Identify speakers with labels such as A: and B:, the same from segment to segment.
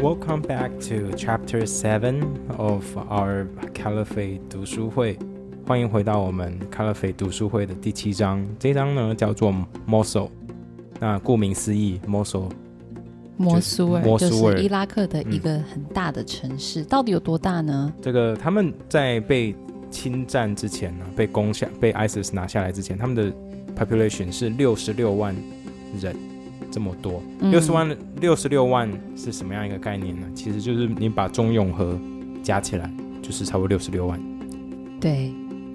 A: Welcome back to Chapter Seven of our Caliphate 读书会。欢迎回到我们 Caliphate 读书会的第七章。这一章呢叫做 Mosul。那顾名思义，Mosul
B: 摩苏尔
A: 摩苏尔
B: 就是伊拉克的
A: 嗯
B: 一个很大的城市，到底有多大呢？
A: 这个他们在被侵占之前呢，被攻下、被 ISIS 拿下来之前，他们的 population 是六十六万人，这么多。
B: 嗯
A: 六十万，六十六万是什么样一个概念呢？其实就是你把中永和加起来，就是差不多六十六万。
B: 对，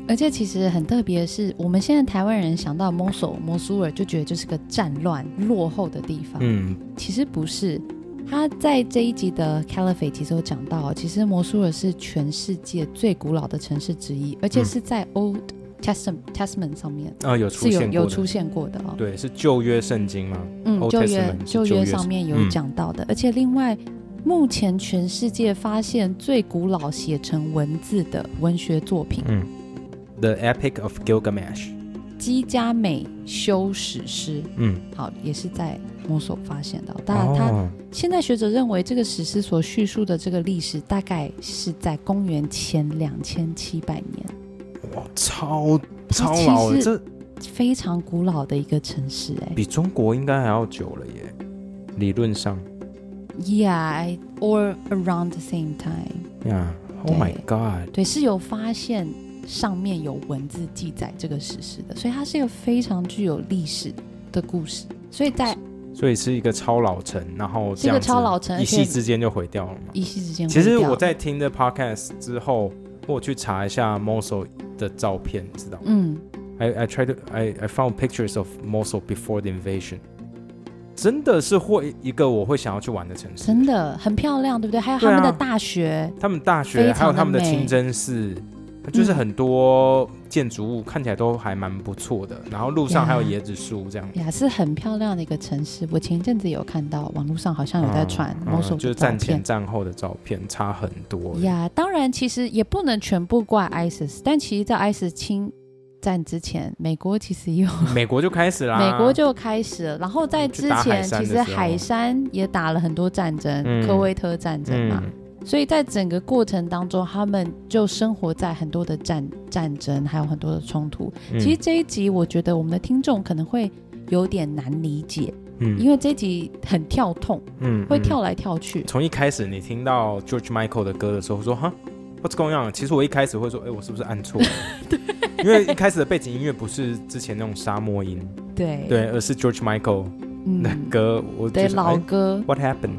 B: 而且其实很特别的是，我们现在台湾人想到摩索摩苏尔就觉得就是个战乱落后的地方，
A: 嗯，
B: 其实不是。他在这一集的 Caliphate 其实有讲到，其实摩苏尔是全世界最古老的城市之一，而且
A: 嗯
B: 是在 Old Testament Testament 上面
A: 啊，有出
B: 是有
A: 现
B: 有
A: 过
B: 出
A: 的，
B: 现过的哦。
A: 对，是旧约圣经吗？
B: 嗯，
A: Old
B: 旧约
A: Testament 是
B: 旧
A: 旧约
B: 约上面有
A: 嗯
B: 讲到的，而且另外，目前全世界发现最古老写成文字的文学作品
A: 嗯，The Epic of Gilgamesh。
B: 《基加美修史诗
A: 嗯，》，
B: 好，也是在摩索发现的哦。当然，它
A: 哦，
B: 现在学者认为这个史诗所叙述的这个历史，大概是在公元前两千七百年，
A: 哇，超
B: 它
A: 超
B: 其
A: 老了，
B: 实
A: 这
B: 非常古老的一个城市、哎。
A: 比中国应该还要久了耶，理论上
B: Yeah, or around the same time.
A: 呀。Oh my
B: 对
A: god！
B: 对，是有发现上面有文字记载这个史实的，所以它是一个非常具有历史的故事。所以在
A: 所以是一个超老城，然后
B: 是一
A: 这样
B: 个
A: 子
B: 超老城
A: 一
B: 而
A: 夕
B: 且
A: 之间就毁掉了嘛。
B: 一夕之间毁
A: 其实
B: 掉，
A: 我在听的 podcast 之后，我去查一下 Mosul 的照片，你知道吗
B: 嗯，
A: ？I I tried to I I found pictures of Mosul before the invasion。真的是会一个我会想要去玩的城市。
B: 真的很漂亮，对不对？还有他
A: 对啊
B: 们的大学，
A: 他们大
B: 非
A: 学
B: 常
A: 还有他们的
B: 的美
A: 清真寺，就是很多建筑物看起来都还蛮不错
B: 嗯
A: 的。然后路上还有椰子树这样。
B: 也是很漂亮的一个城市。我前一阵子有看到网络上好像有在传
A: 嗯
B: 某首、
A: 嗯就是战前战后的照片差很多。
B: 呀当然，其实也不能全部怪 ISIS，但其实在 ISIS 侵占之前，美国其实也有
A: 美国就开始啦，
B: 美国就开始了，然后在
A: 啊嗯
B: 之
A: 去打海
B: 前，
A: 山
B: 其
A: 的时
B: 实
A: 候
B: 海山也打了很多战争，
A: 嗯
B: 科威特战争嘛，所以在整个过程当中，他们就生活在很多的战战争，还有很多的冲突。
A: 嗯
B: 其实这一集，我觉得我们的听众可能会有点难理解，
A: 嗯
B: 因为这一集很跳痛，
A: 嗯
B: 会
A: 嗯
B: 跳来跳去。
A: 从一开始你听到 George Michael 的歌的时候，说哈，What's going on？其实我一开始会说，哎、我是不是按错了？ 因为一开始的背景音乐不是之前那种沙漠音，
B: 对，
A: 嗯对，而是 George Michael
B: 嗯
A: 的，歌，我就
B: 对，
A: 想
B: 老
A: 哎
B: 歌。
A: What happened？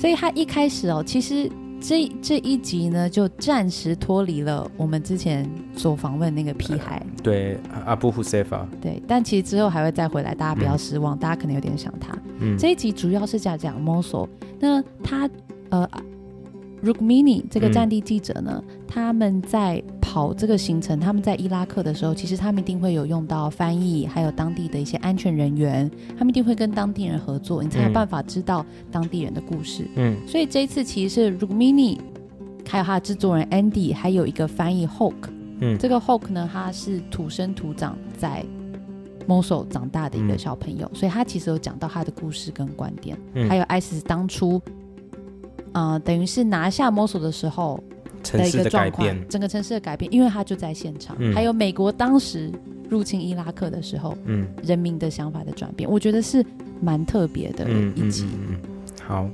B: 所以他一开始哦，其实这这一集呢，就暂时脱离了我们之前所访问那个屁孩。
A: 对，啊阿布胡塞法，
B: 对，但其实之后还会再回来，大家不要失望，大家可能有点想他。
A: 嗯，
B: 这一集主要是讲讲 Mosul，那他呃，Rukmini 这个
A: 嗯
B: 战地记者呢，他们在跑这个行程，他们在伊拉克的时候，其实他们一定会有用到翻译，还有当地的一些安全人员，他们一定会跟当地人合作，你才有
A: 嗯
B: 办法知道当地人的故事。
A: 嗯
B: 所以这一次其实是 Rukmini，还有他的制作人 Andy，还有一个翻译 Hulk。
A: 嗯
B: 这个 Hulk 呢，他是土生土长在 Mosul 长大的一个
A: 嗯
B: 小朋友，所以他其实有讲到他的故事跟观点，
A: 嗯
B: 还有 ISIS 当初。呃，等于是拿下 Mosul 的时候
A: 城
B: 的一
A: 市
B: 个
A: 的改
B: 状
A: 变，
B: 况，整个城市的改变，因为他就在现场。
A: 嗯
B: 还有美国当时入侵伊拉克的时候，
A: 嗯
B: 人民的想法的转变，我觉得是蛮特别的
A: 嗯
B: 一
A: 嗯
B: 集。
A: 嗯，嗯好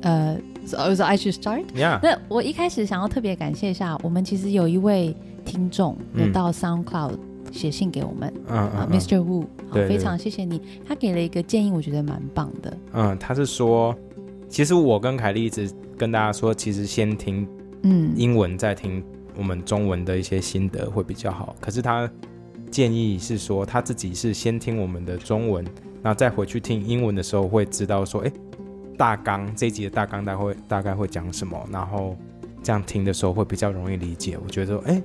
A: 嗯
B: 呃，so, so I should start。
A: 呀，
B: 那我一开始想要特别感谢一下，我们其实有一位听众有
A: 嗯
B: 到 SoundCloud 写信给我们
A: 嗯嗯
B: 啊
A: 嗯
B: ，Mr. Wu，好
A: 对对
B: 非常谢谢你，他给了一个建议，我觉得蛮棒的。
A: 嗯，他是说，其实我跟凯莉一直跟大家说，其实先听
B: 嗯，
A: 英文在听我们中文的一些心得会比较好。可是他建议是说，他自己是先听我们的中文，然后再回去听英文的时候，会知道说，哎，大纲这一集的大纲大概会大概会讲什么，然后这样听的时候会比较容易理解。我觉得，哎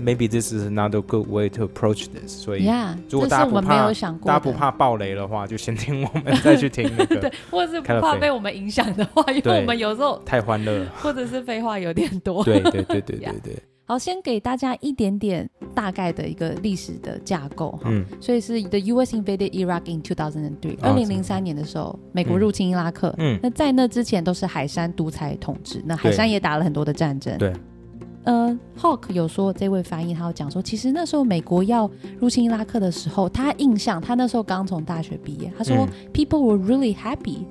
A: ，maybe this is another good way to approach this。所以
B: Yeah，
A: 如果
B: 嗯这
A: 大家
B: 是
A: 不
B: 我们没
A: 怕
B: 有想过，
A: 大家不，怕爆雷的话，就先听我们，再去听那个
B: 对，，或者是
A: 开
B: 不
A: 了
B: 怕
A: 飞
B: 被我们影响的话，因
A: 对
B: 为我们有时候
A: 太欢乐了。
B: 或者是废话有点多。
A: 对对对对
B: 呀
A: 对对，
B: 好，先给大家一点点大概的一个历史的架构哈。
A: 嗯
B: 所以是 The U.S. invaded Iraq in 2003，
A: 哦
B: 二零零三年的时候，美国
A: 嗯
B: 入侵伊拉克。
A: 嗯，
B: 那在那之前都是海山独裁统治，那海山也打了很多的战争。
A: 对，
B: 呃，Hawk 有说这位翻译他有讲说，其实那时候美国要入侵伊拉克的时候，他印象他那时候刚从大学毕业，
A: 嗯
B: 他说、People were really happy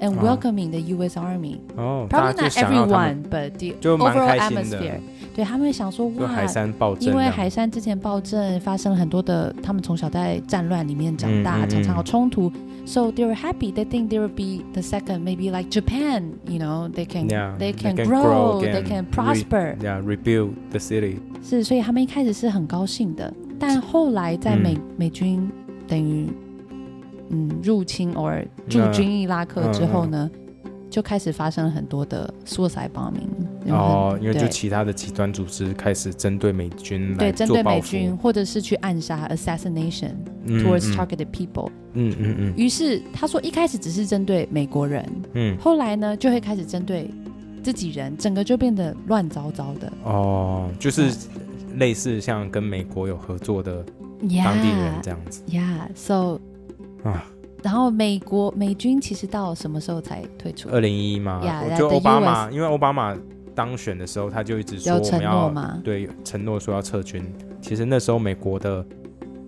B: and
A: 哦
B: welcoming the U.S. Army,
A: 嗯哦，大
B: probably
A: 家就
B: not
A: 想要他们
B: everyone, but the
A: 就蛮
B: overall
A: 开心的
B: atmosphere。对他们会想说，
A: 就
B: 哇
A: 海，山暴政
B: 因
A: 这
B: 为
A: 样，
B: 海山之前暴政发生了很多的，他们从小在战乱里面长大，
A: 嗯嗯嗯
B: 常常有冲突。So
A: 嗯
B: they were happy. They think they will be the second, maybe like Japan. You know, they can
A: Yeah,
B: they
A: they
B: can
A: can
B: grow,
A: grow
B: they
A: again,
B: can
A: re-
B: prosper.
A: Yeah, rebuild the city。
B: 是，所以他们一开始是很高兴的，但后来在
A: 嗯
B: 美、美军等于嗯入侵 or 驻军伊拉
A: 嗯
B: 克之后呢，就开始发生了很多的 suicide bombing 有很。
A: 哦，因为就
B: 嗯对
A: 其他的极端组织开始针对美军来
B: 对，针对
A: 做报
B: 美
A: 复
B: 军，或者是去暗杀 assassination
A: 嗯
B: towards
A: 嗯
B: targeted people。
A: 嗯嗯嗯
B: 于是他说，一开始只是针对美国人，
A: 嗯，
B: 后来呢就会开始针对自己人，整个就变得乱糟糟的。
A: 哦，就是类似像跟美国有合作的当地人这样子
B: Yeah，yeah，so
A: 啊。
B: 然后美国美军其实到什么时候才退出？
A: 二零一一嘛
B: Yeah,
A: 我
B: that
A: 就
B: the
A: 奥巴马，因为奥巴马当选的时候，他就一直说
B: 有
A: 我
B: 承
A: 们
B: 诺
A: 要
B: 吗？
A: 对承诺说要撤军。其实那时候美国的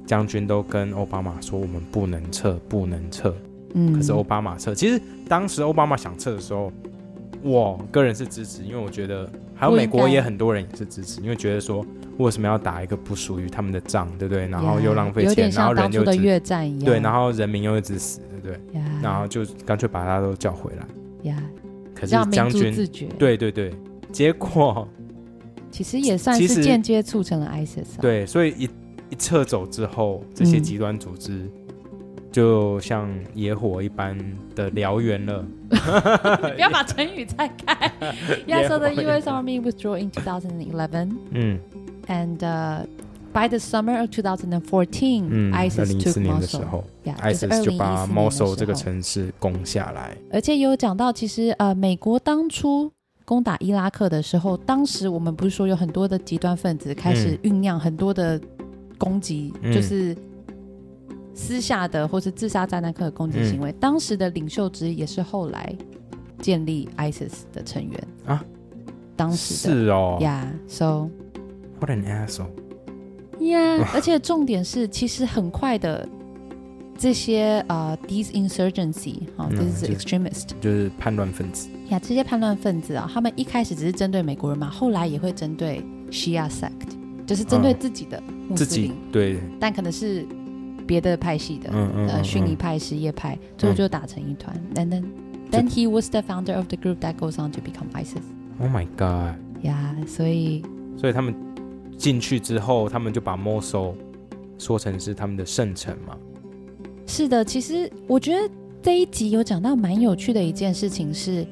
A: 将军都跟奥巴马说，我们不能撤，不能撤。
B: 嗯，
A: 可是奥巴马撤，其实当时奥巴马想撤的时候，我个人是支持，因为我觉得还有
B: 不应
A: 美国
B: 该
A: 也很多人也是支持，因为觉得说为什么要打一个不属于他们的仗，对不对？然后
B: Yeah，
A: 又浪费
B: 有
A: 钱，
B: 点
A: 然后人
B: 像当
A: 又
B: 初的
A: 一直
B: 越战一样。
A: 对，然后人民又一直死，对不对？
B: Yeah，
A: 然后就干脆把他都叫回来。
B: 呀，
A: 可是
B: 让民
A: 将
B: 族
A: 军
B: 自觉。，
A: 对对对，结果
B: 其实也算
A: 其实
B: 是间接促成了 ISIS 啊。
A: 对，所以一一撤走之后，这些
B: 嗯
A: 极端组织就像野火一般的燎原了。
B: 不要把成语拆 开。yeah, so the U.S. Army withdrew in 2011,
A: 嗯
B: and uh, by the summer of 2014,
A: 嗯，二
B: ISIS
A: 零一
B: took
A: 四年的时
B: Mosul.
A: 候
B: Yeah, 就是
A: ，ISIS 就把
B: 2014年的时
A: Mosul
B: 候
A: 这个城市攻下来。
B: 而且也有讲到，其实呃，美国当初攻打伊拉克的时候，当时我们不是说有很多的极端分子开始酝酿很多的攻击，
A: 嗯
B: 就是私下的或是自杀炸弹客的攻击行
A: 嗯
B: 为。当时的领袖之一也是后来建立 ISIS 的成员
A: 啊，
B: 当时的
A: 是哦
B: Yeah，so
A: ，What an asshole！
B: Yeah，而且重点是，其实很快的。这些呃、these insurgency 哈、
A: 嗯
B: t h i s
A: 就
B: is extremist，
A: 就是叛乱分子。
B: 呀，这些叛乱分子啊、他们一开始只是针对美国人嘛，后来也会针对 Shia sect，就是针对
A: 嗯
B: 自己的穆
A: 自
B: 斯林，
A: 己对，嗯
B: 但可能是别的派系的，
A: 嗯嗯
B: 呃，
A: 嗯
B: 逊尼
A: 嗯
B: 派、什叶派，最后就打成一团。And then, then he was the founder of the group that goes on to become ISIS。
A: ，Oh my God！
B: 呀，所以
A: 所以他们进去之后，他们就把 Mosul 说成是他们的圣城嘛。
B: 是的，其实我觉得这一集有讲到蛮有趣的一件事情是，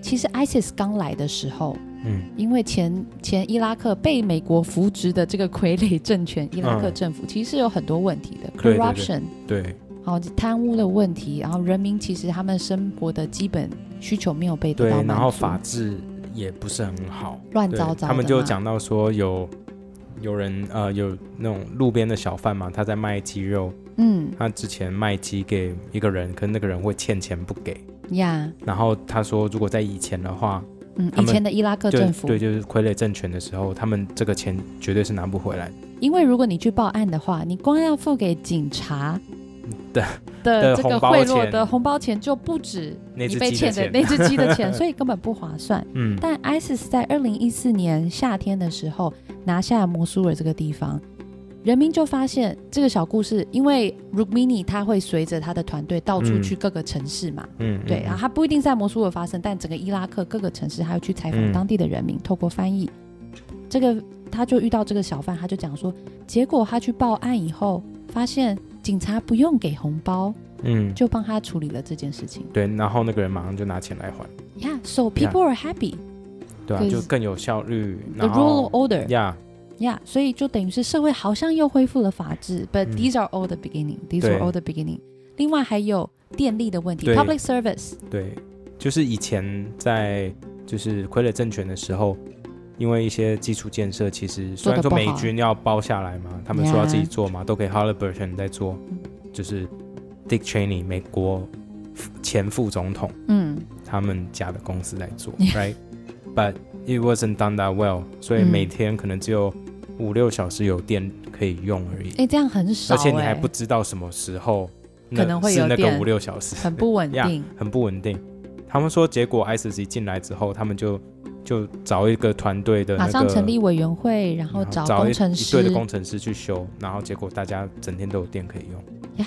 B: 其实 ISIS 刚来的时候，
A: 嗯
B: 因为前前伊拉克被美国扶植的这个傀儡政权，伊拉克政府、其实是有很多问题的
A: 嗯对对对
B: ，corruption，，
A: 对，
B: 好、贪污的问题，然后人民其实他们生活的基本需求没有被得
A: 对
B: 到满，足，
A: 然后法治也不是很好，
B: 乱
A: 对
B: 糟糟的嘛，
A: 他们就讲到说有有人呃有那种路边的小贩嘛，他在卖鸡肉，
B: 嗯
A: 他之前卖鸡给一个人，可是那个人会欠钱不给，
B: 呀，
A: 然后他说如果在以前的话，
B: 嗯，
A: 他
B: 以
A: 们
B: 前的伊拉克
A: 对
B: 政府，
A: 对，就是傀儡政权的时候，他们这个钱绝对是拿不回来
B: 因为如果你去报案的话，你光要付给警察
A: 的
B: 的
A: 的
B: 这个
A: 嗯红包
B: 贿赂
A: 钱
B: 的红包钱就不止
A: 那
B: 你
A: 只
B: 被
A: 鸡的
B: 欠
A: 钱，
B: 的那只鸡的钱，所以根本不划算。
A: 嗯，
B: 但 ISIS 在二零一四年夏天的时候拿下摩苏尔这个地方，人民就发现这个小故事，因为 Rukmini 他会随着他的团队到处
A: 嗯
B: 去各个城市嘛，
A: 嗯，
B: 对，啊
A: 嗯
B: 然后他不一定在摩苏尔发生，但整个伊拉克各个城市，他会去采访
A: 嗯
B: 当地的人民，透过翻译，这个他就遇到这个小贩，他就讲说，结果他去报案以后，发现警察不用给红包，
A: 嗯，
B: 就帮他处理了这件事情。
A: 对，然后那个人马上就拿钱来还，
B: Yeah，so people are happy.
A: 对啊，
B: Cause-
A: 就更有效率，
B: The
A: 然
B: rule
A: 后
B: of order.
A: 呀
B: 呀所以就等于是社会好像又恢复了法治，but
A: 嗯
B: these are all the beginning, these
A: 对
B: are all the beginning。另外还有电力的问题
A: 对
B: ，public service，
A: 对，就是以前在就是傀儡政权的时候，因为一些基础建设，其实虽然说
B: 做得不
A: 美
B: 好
A: 军要包下来嘛，他们说要自己做嘛，都给 Halliburton 在做，就是 Dick Cheney 美国前副总统
B: 嗯
A: 他们家的公司在 做，right？But it wasn't done that well，所以
B: 嗯
A: 每天可能只有五六小时有电可以用而已，
B: 哎、这样很少、
A: 而
B: 欸，
A: 且你还不知道什么时候那
B: 可能会有
A: 是那个
B: 电
A: 五六小时，
B: 很不稳
A: Yeah
B: 定。
A: 很不稳定。他们说，结果 ISIS 进来之后，他们就就找一个团队的、那个，嗯
B: 马上成立委员会，然后找
A: 一
B: 工程
A: 一
B: 师
A: 队的工程师去修，然后结果大家整天都有电可以用，
B: 啊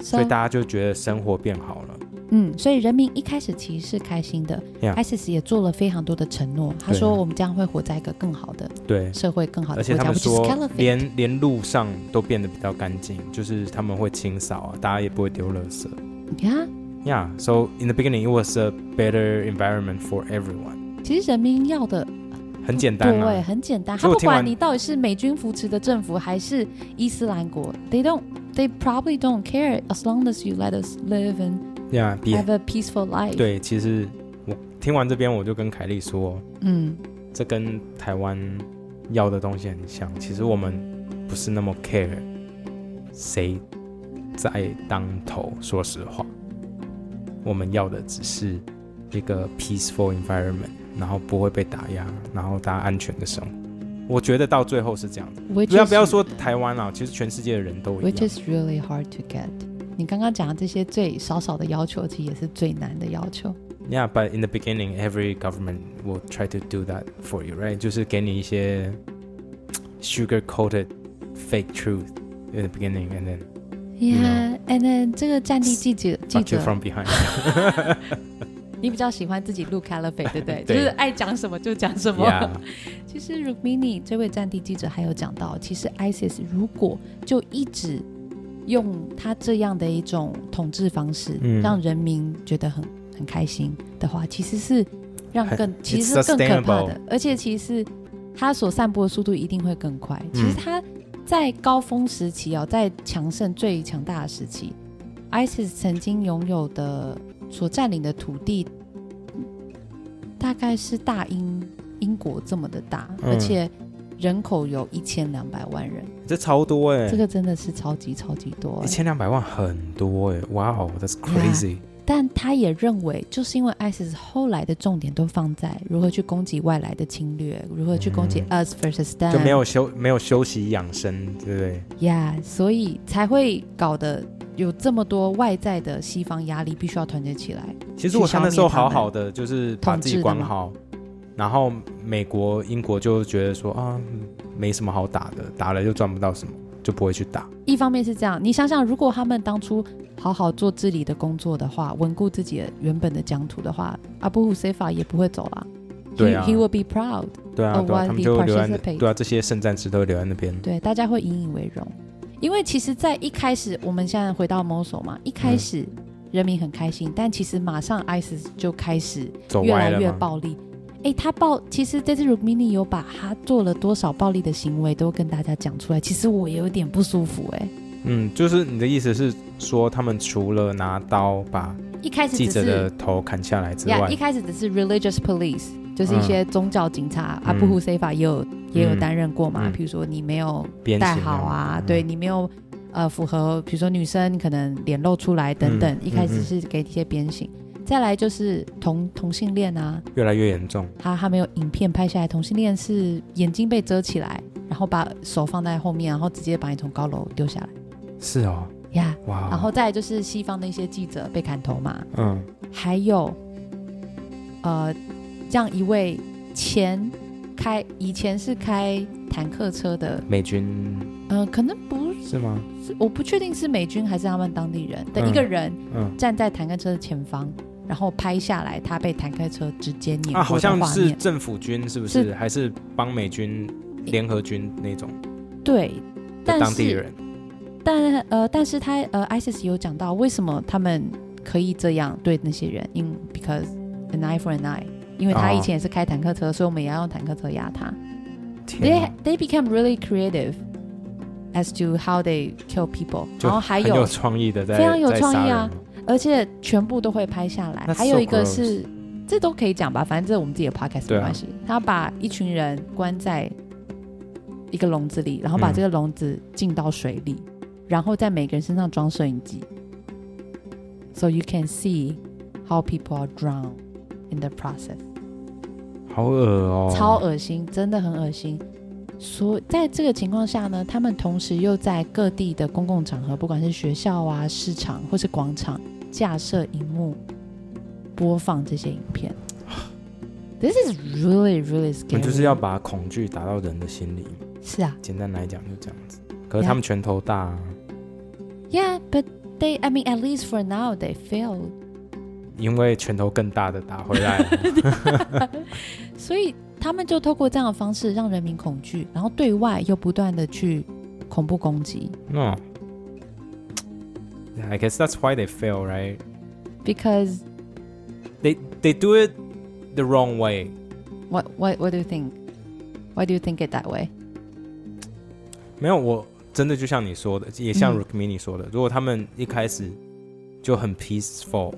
B: So-
A: 所以大家就觉得生活变好了。
B: 嗯，所以人民一开始其实是开心的
A: Yeah
B: ISIS 也做了非常多的承诺，他
A: 对
B: 说我们将会活在一个更好的
A: 对，
B: 社会、更好
A: 而
B: 的
A: 且
B: 啊
A: 他
B: 国家
A: 们
B: ，which is
A: 说
B: caliphate。
A: 连连路上都变得比较干净，就是他们会清扫啊，大家也不会丢垃圾。
B: 呀，
A: Yeah, so in the beginning, it was a better environment for everyone.
B: 其实人民要的
A: 很简
B: 对
A: 单啊，
B: 很简单，
A: 所
B: 他
A: 以我
B: 不
A: 听完
B: 管你到底是美军扶持的政府还是伊斯兰国，they don't they probably don't care as long as you let us live and
A: 呀，比
B: have a peaceful life。，
A: 对，其实我听完这边，我就跟凯莉说，
B: 嗯，
A: 这跟台湾要的东西很像。其实我们不是那么 care 谁在当头，说实话，我们要的只是一个 peaceful environment，然后不会被打压，然后大家安全的生活。我觉得到最后是这样子，不要不要说台湾啊，其实全世界的人都一
B: Which
A: 样。
B: is really hard to get。你刚刚讲的这些最少少的要求，其实也是最难的要求。
A: Yeah, but in the beginning, every government will try to do that for you, right? 就是给你一些 sugar-coated fake truth in the beginning, and then
B: Yeah, and then 这个战地记者
A: fuck
B: 记
A: you
B: 者，
A: 嗯 from behind.
B: 你比较喜欢自己录 caliphate，对不
A: 对
B: 对？就是爱讲什么就讲什么。
A: yeah,
B: 其实 Rukmini 这位战地记者还有讲到，其实 ISIS 如果就一直用他这样的一种统治方式，
A: 嗯
B: 让人民觉得很很开心的话，其实是让
A: 很
B: 更其
A: it's
B: 实是更可怕
A: sustainable
B: 的，而且其实他所散播的速度一定会更快。
A: 嗯
B: 其实他在高峰时期哦，在强盛最强大的时期，ISIS 曾经拥有的所占领的土地，大概是大英英国这么的大，
A: 嗯
B: 而且人口有一千两百万人，
A: 这超多哎、
B: 这个真的是超级超级多
A: 一
B: 欸、
A: 千两百万很多哎、哇哦，that's crazy，、
B: 但他也认为，就是因为 ISIS 后来的重点都放在如何去攻击外来的侵略，如何去攻击 us versus
A: 嗯
B: them，
A: 就没有休没有休息养生，对不对？
B: 呀所以才会搞得有这么多外在的西方压力，必须要团结起来。
A: 其实我
B: 去消
A: 那
B: 灭
A: 时候
B: 他们
A: 好好的，就是把自己管好，然后美国、英国就觉得说啊，没什么好打的，打了又赚不到什么，就不会去打。
B: 一方面是这样，你想想，如果他们当初好好做治理的工作的话，稳固自己的原本的疆土的话，阿布胡塞法也不会走啦。
A: 对啊
B: he,，he will be proud。
A: 对啊，
B: or
A: 对啊，他们
B: widely
A: 就留在那
B: participate
A: 对啊，这些圣战士都会留在那边。
B: 对，大家会引以为荣，因为其实，在一开始，我们现在回到 Mosul 嘛，一开始、
A: 嗯
B: 人民很开心，但其实马上 ISIS 就开始
A: 走
B: 越
A: 歪
B: 来
A: 了
B: 越
A: 吗
B: 暴力。哎，他暴，其实这次 Rukmini 有把他做了多少暴力的行为都跟大家讲出来，其实我也有点不舒服哎、
A: 嗯，就是你的意思是说，他们除了拿刀把
B: 一开始
A: 记
B: 只
A: 者
B: 是
A: 的头砍下来之
B: 呀
A: 外
B: 一，开始只是 religious police，就是一些宗教警察，啊
A: 嗯
B: 阿布胡塞法也有、也有
A: 嗯
B: 担任过嘛，
A: 嗯
B: 比如说你没有
A: 鞭
B: 戴
A: 刑
B: 好啊，
A: 嗯
B: 对你没有呃符合，比如说女生可能脸露出来等等，
A: 嗯
B: 一开始是给一些鞭刑，再来就是同同性恋啊，
A: 越来越严重。
B: 他他没有影片拍下来，同性恋是眼睛被遮起来，然后把手放在后面，然后直接把你从高楼丢下来
A: 是哦，
B: 呀。
A: 哇。
B: 然后再来就是西方的一些记者被砍头嘛，
A: 嗯，
B: 还有，呃，让一位前开以前是开坦克车的，
A: 美军
B: 呃，可能不
A: 是吗？
B: 是，我不确定是美军还是他们当地人的
A: 嗯
B: 一个人
A: 嗯
B: 站在坦克车的前方，然后拍下来他被坦克车直接碾
A: 啊，
B: 过
A: 好
B: 的
A: 像
B: 画
A: 是
B: 面。
A: 政府军是不是？
B: 是
A: 还是帮美军联合军那种
B: 对，
A: 的
B: 但
A: 当地
B: 是
A: 人？
B: 但呃，但是他呃，ISIS 有讲到为什么他们可以这样对那些人，因 because an eye for an eye，因为他
A: 哦
B: 以前也是开坦克车，所以我们也要用坦克车压他。
A: 天
B: they
A: 啊，
B: they became really creative as to how they kill people，
A: 就
B: 然后还
A: 很
B: 有
A: 有创意的在
B: 非常有
A: 在
B: 创
A: 杀
B: 意
A: 人
B: 啊
A: 吗
B: 而且全部都会拍下来，
A: That's
B: 还有
A: so
B: 一个是这这都可以讲吧，反正这是我们自己的 podcast
A: 对
B: 没
A: 啊
B: 关系。他把一群人关在一个笼子里，然后把
A: 嗯
B: 这个笼子浸到水里，然后在每个人身上装摄影机，so you can see how people are drowned in the process。
A: 好恶哦、
B: 超恶心，真的很恶心。所在这个情况下呢，他们同时又在各地的公共场合，不管是学校啊、市场或是广场，架设荧幕播放这些影片。This is really really
A: 我
B: scary。
A: 们就是要把恐惧打到人的心里。
B: 是啊
A: 简单来讲就这样子。可是他们拳头大、啊，
B: ，Yeah, but they, I mean, at least for now, they failed.
A: 因为拳头更大的打回来 啊。
B: 所以他们就透过这样的方式让人民恐惧，然后对外又不断的去恐怖攻击。
A: no. Yeah, I guess that's why they fail, right?
B: Because
A: They they do it the wrong way.
B: what what what do you think? Why do you think it that way?
A: 没有，我真的就像你说的，也像
B: 嗯
A: Rukmini 说的，如果他们一开始就很 peaceful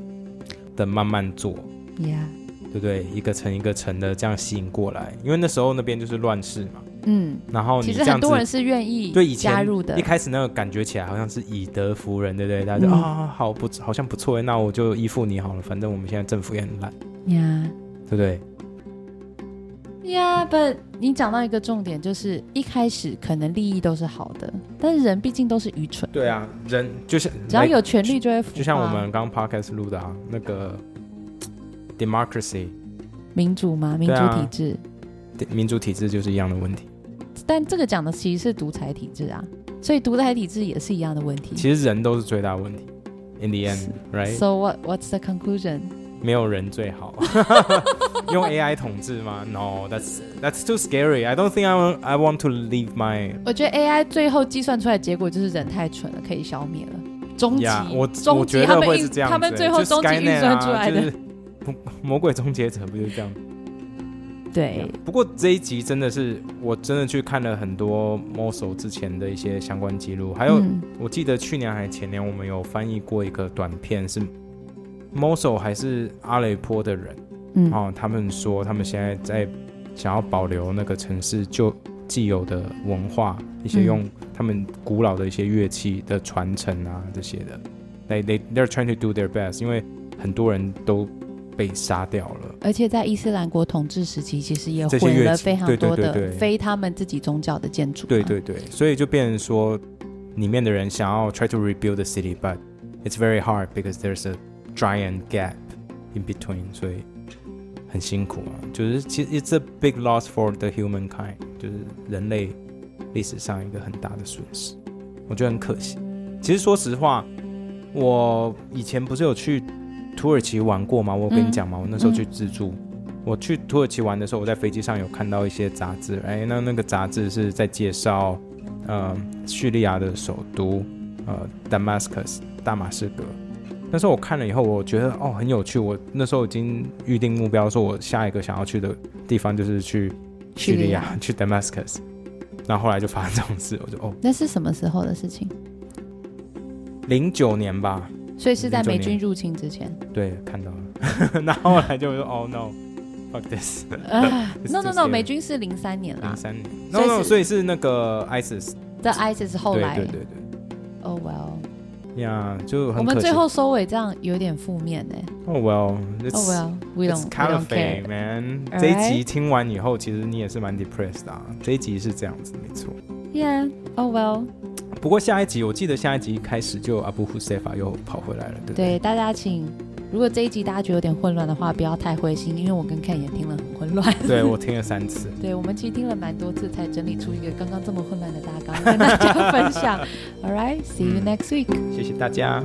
A: 的慢慢做，
B: Yeah.
A: 对不对？一个城一个城的这样吸引过来，因为那时候那边就是乱世嘛。
B: 嗯，
A: 然后哦你
B: 其
A: 这
B: 实
A: 样
B: 很
A: 子
B: 多人是愿意
A: 对以前
B: 加入的
A: 一，开始那个感觉起来好像是以德服人，对不对？大家就
B: 嗯
A: 啊，好不，好像不错耶，哎那我就依附你好了，反正我们现在政府也很烂，
B: 呀
A: 对不对？
B: 呀，but 你讲到一个重点，就是一开始可能利益都是好的，但是人毕竟都是愚蠢，
A: 对啊，人就像
B: 只要有权利就会腐化
A: 就像我们刚刚 podcast 录的啊，那个 democracy
B: 民主嘛，民
A: 对
B: 主
A: 啊
B: 体制，
A: 民主体制就是一样的问题。
B: 嗯但这个讲的其实是独裁体制啊，所以独裁体制也是一样的问题。
A: 其实哎人都是最大的问题，in the
B: 是
A: end，right？
B: So what what's the conclusion？
A: 没有人最好， 用 AI 统治吗？No，that's that's too scary. I don't think I want I want to leave my
B: 我觉得 AI 最后计算出来的结果就是人太蠢了，可以消灭了。终极
A: Yeah，我我
B: 终极
A: 觉
B: 他
A: 得
B: 们
A: 会
B: 运
A: 是这样子欸，
B: 他们最后
A: 就
B: 终极
A: Skynet
B: 运算出来的
A: 啊，就是魔、魔鬼终结者不就是这样？
B: 对，
A: 不过这一集真的是，我真的去看了很多 m o s o 之前的一些相关记录，还有、
B: 嗯
A: 我记得去年还前年我们有翻译过一个短片，是 m o s o 还是阿雷坡的人
B: 嗯
A: 哦，他们说他们现在在想要保留那个城市就既有的文化，一些
B: 嗯
A: 用他们古老的一些乐器的传承啊这些的。They they they're trying to do their best，因为很多人都被杀掉了。
B: 而且在伊斯兰国统治时期，其实也
A: 这些
B: 毁
A: 乐
B: 了
A: 器
B: 非常
A: 对对
B: 多
A: 对
B: 的
A: 对
B: 非他们自己宗教的建筑啊嘛。
A: 对对对，所以就变成说，里面的人想要 try to rebuild the city，but it's very hard because there's a giant gap in between，所以很辛苦啊。就是其实 it's a big loss for the humankind，就是人类历史上一个很大的损失，我觉得很可惜。其实说实话，我以前不是有去土耳其玩过吗？我有跟你
B: 嗯
A: 讲嘛，我那时候
B: 嗯
A: 去自助。我去土耳其玩的时候，我在飞机上有看到一些杂志，哎，那那个杂志是在介绍，呃，叙利亚的首都，呃，Damascus 大马士革。那时候我看了以后，我觉得哦很有趣。我那时候已经预定目标，说我下一个想要去的地方就是去
B: 叙
A: 叙
B: 利
A: 利
B: 亚
A: 亚， 去 Damascus。然后后来就发生这种事，我就哦，
B: 那是什么时候的事情？
A: 零九年吧，
B: 所以是在
A: 09
B: 美
A: 年
B: 军入侵之 前。
A: 对，看到了。 那后来就说哦 no，fuck this，
B: 啊
A: It's
B: ，no no
A: too
B: no，
A: scary
B: 美军是零三年啦
A: 零，三年
B: 啊所以
A: ，no
B: 是
A: no，所以是那个 ISIS，
B: 这 ISIS 后
A: 对
B: 来
A: 对对对。
B: ，Oh well，
A: 呀就
B: 我
A: 很可惜。
B: 们最后收尾这样有点负面呢。欸
A: ，Oh well，it's
B: Oh well，we
A: it's
B: don't
A: kind
B: we don't
A: of
B: care
A: fake。man。
B: Alright
A: 这一集听完以后，其实你也是蛮 depressed 的、啊。这一集是这样子，没错。
B: Yeah，Oh Oh, well，
A: 不过下一集，我记得下一集一开始就阿布胡塞法又跑回来了，对不
B: 对大家请，如果这一集大家觉得有点混乱的话，不要太灰心，因为我跟 Ken 也听了很混乱。
A: 对，我听了三次。
B: 对，我们其实听了蛮多次，才整理出一个刚刚这么混乱的大纲跟大家分享。All right, see you next week.
A: 谢谢大家，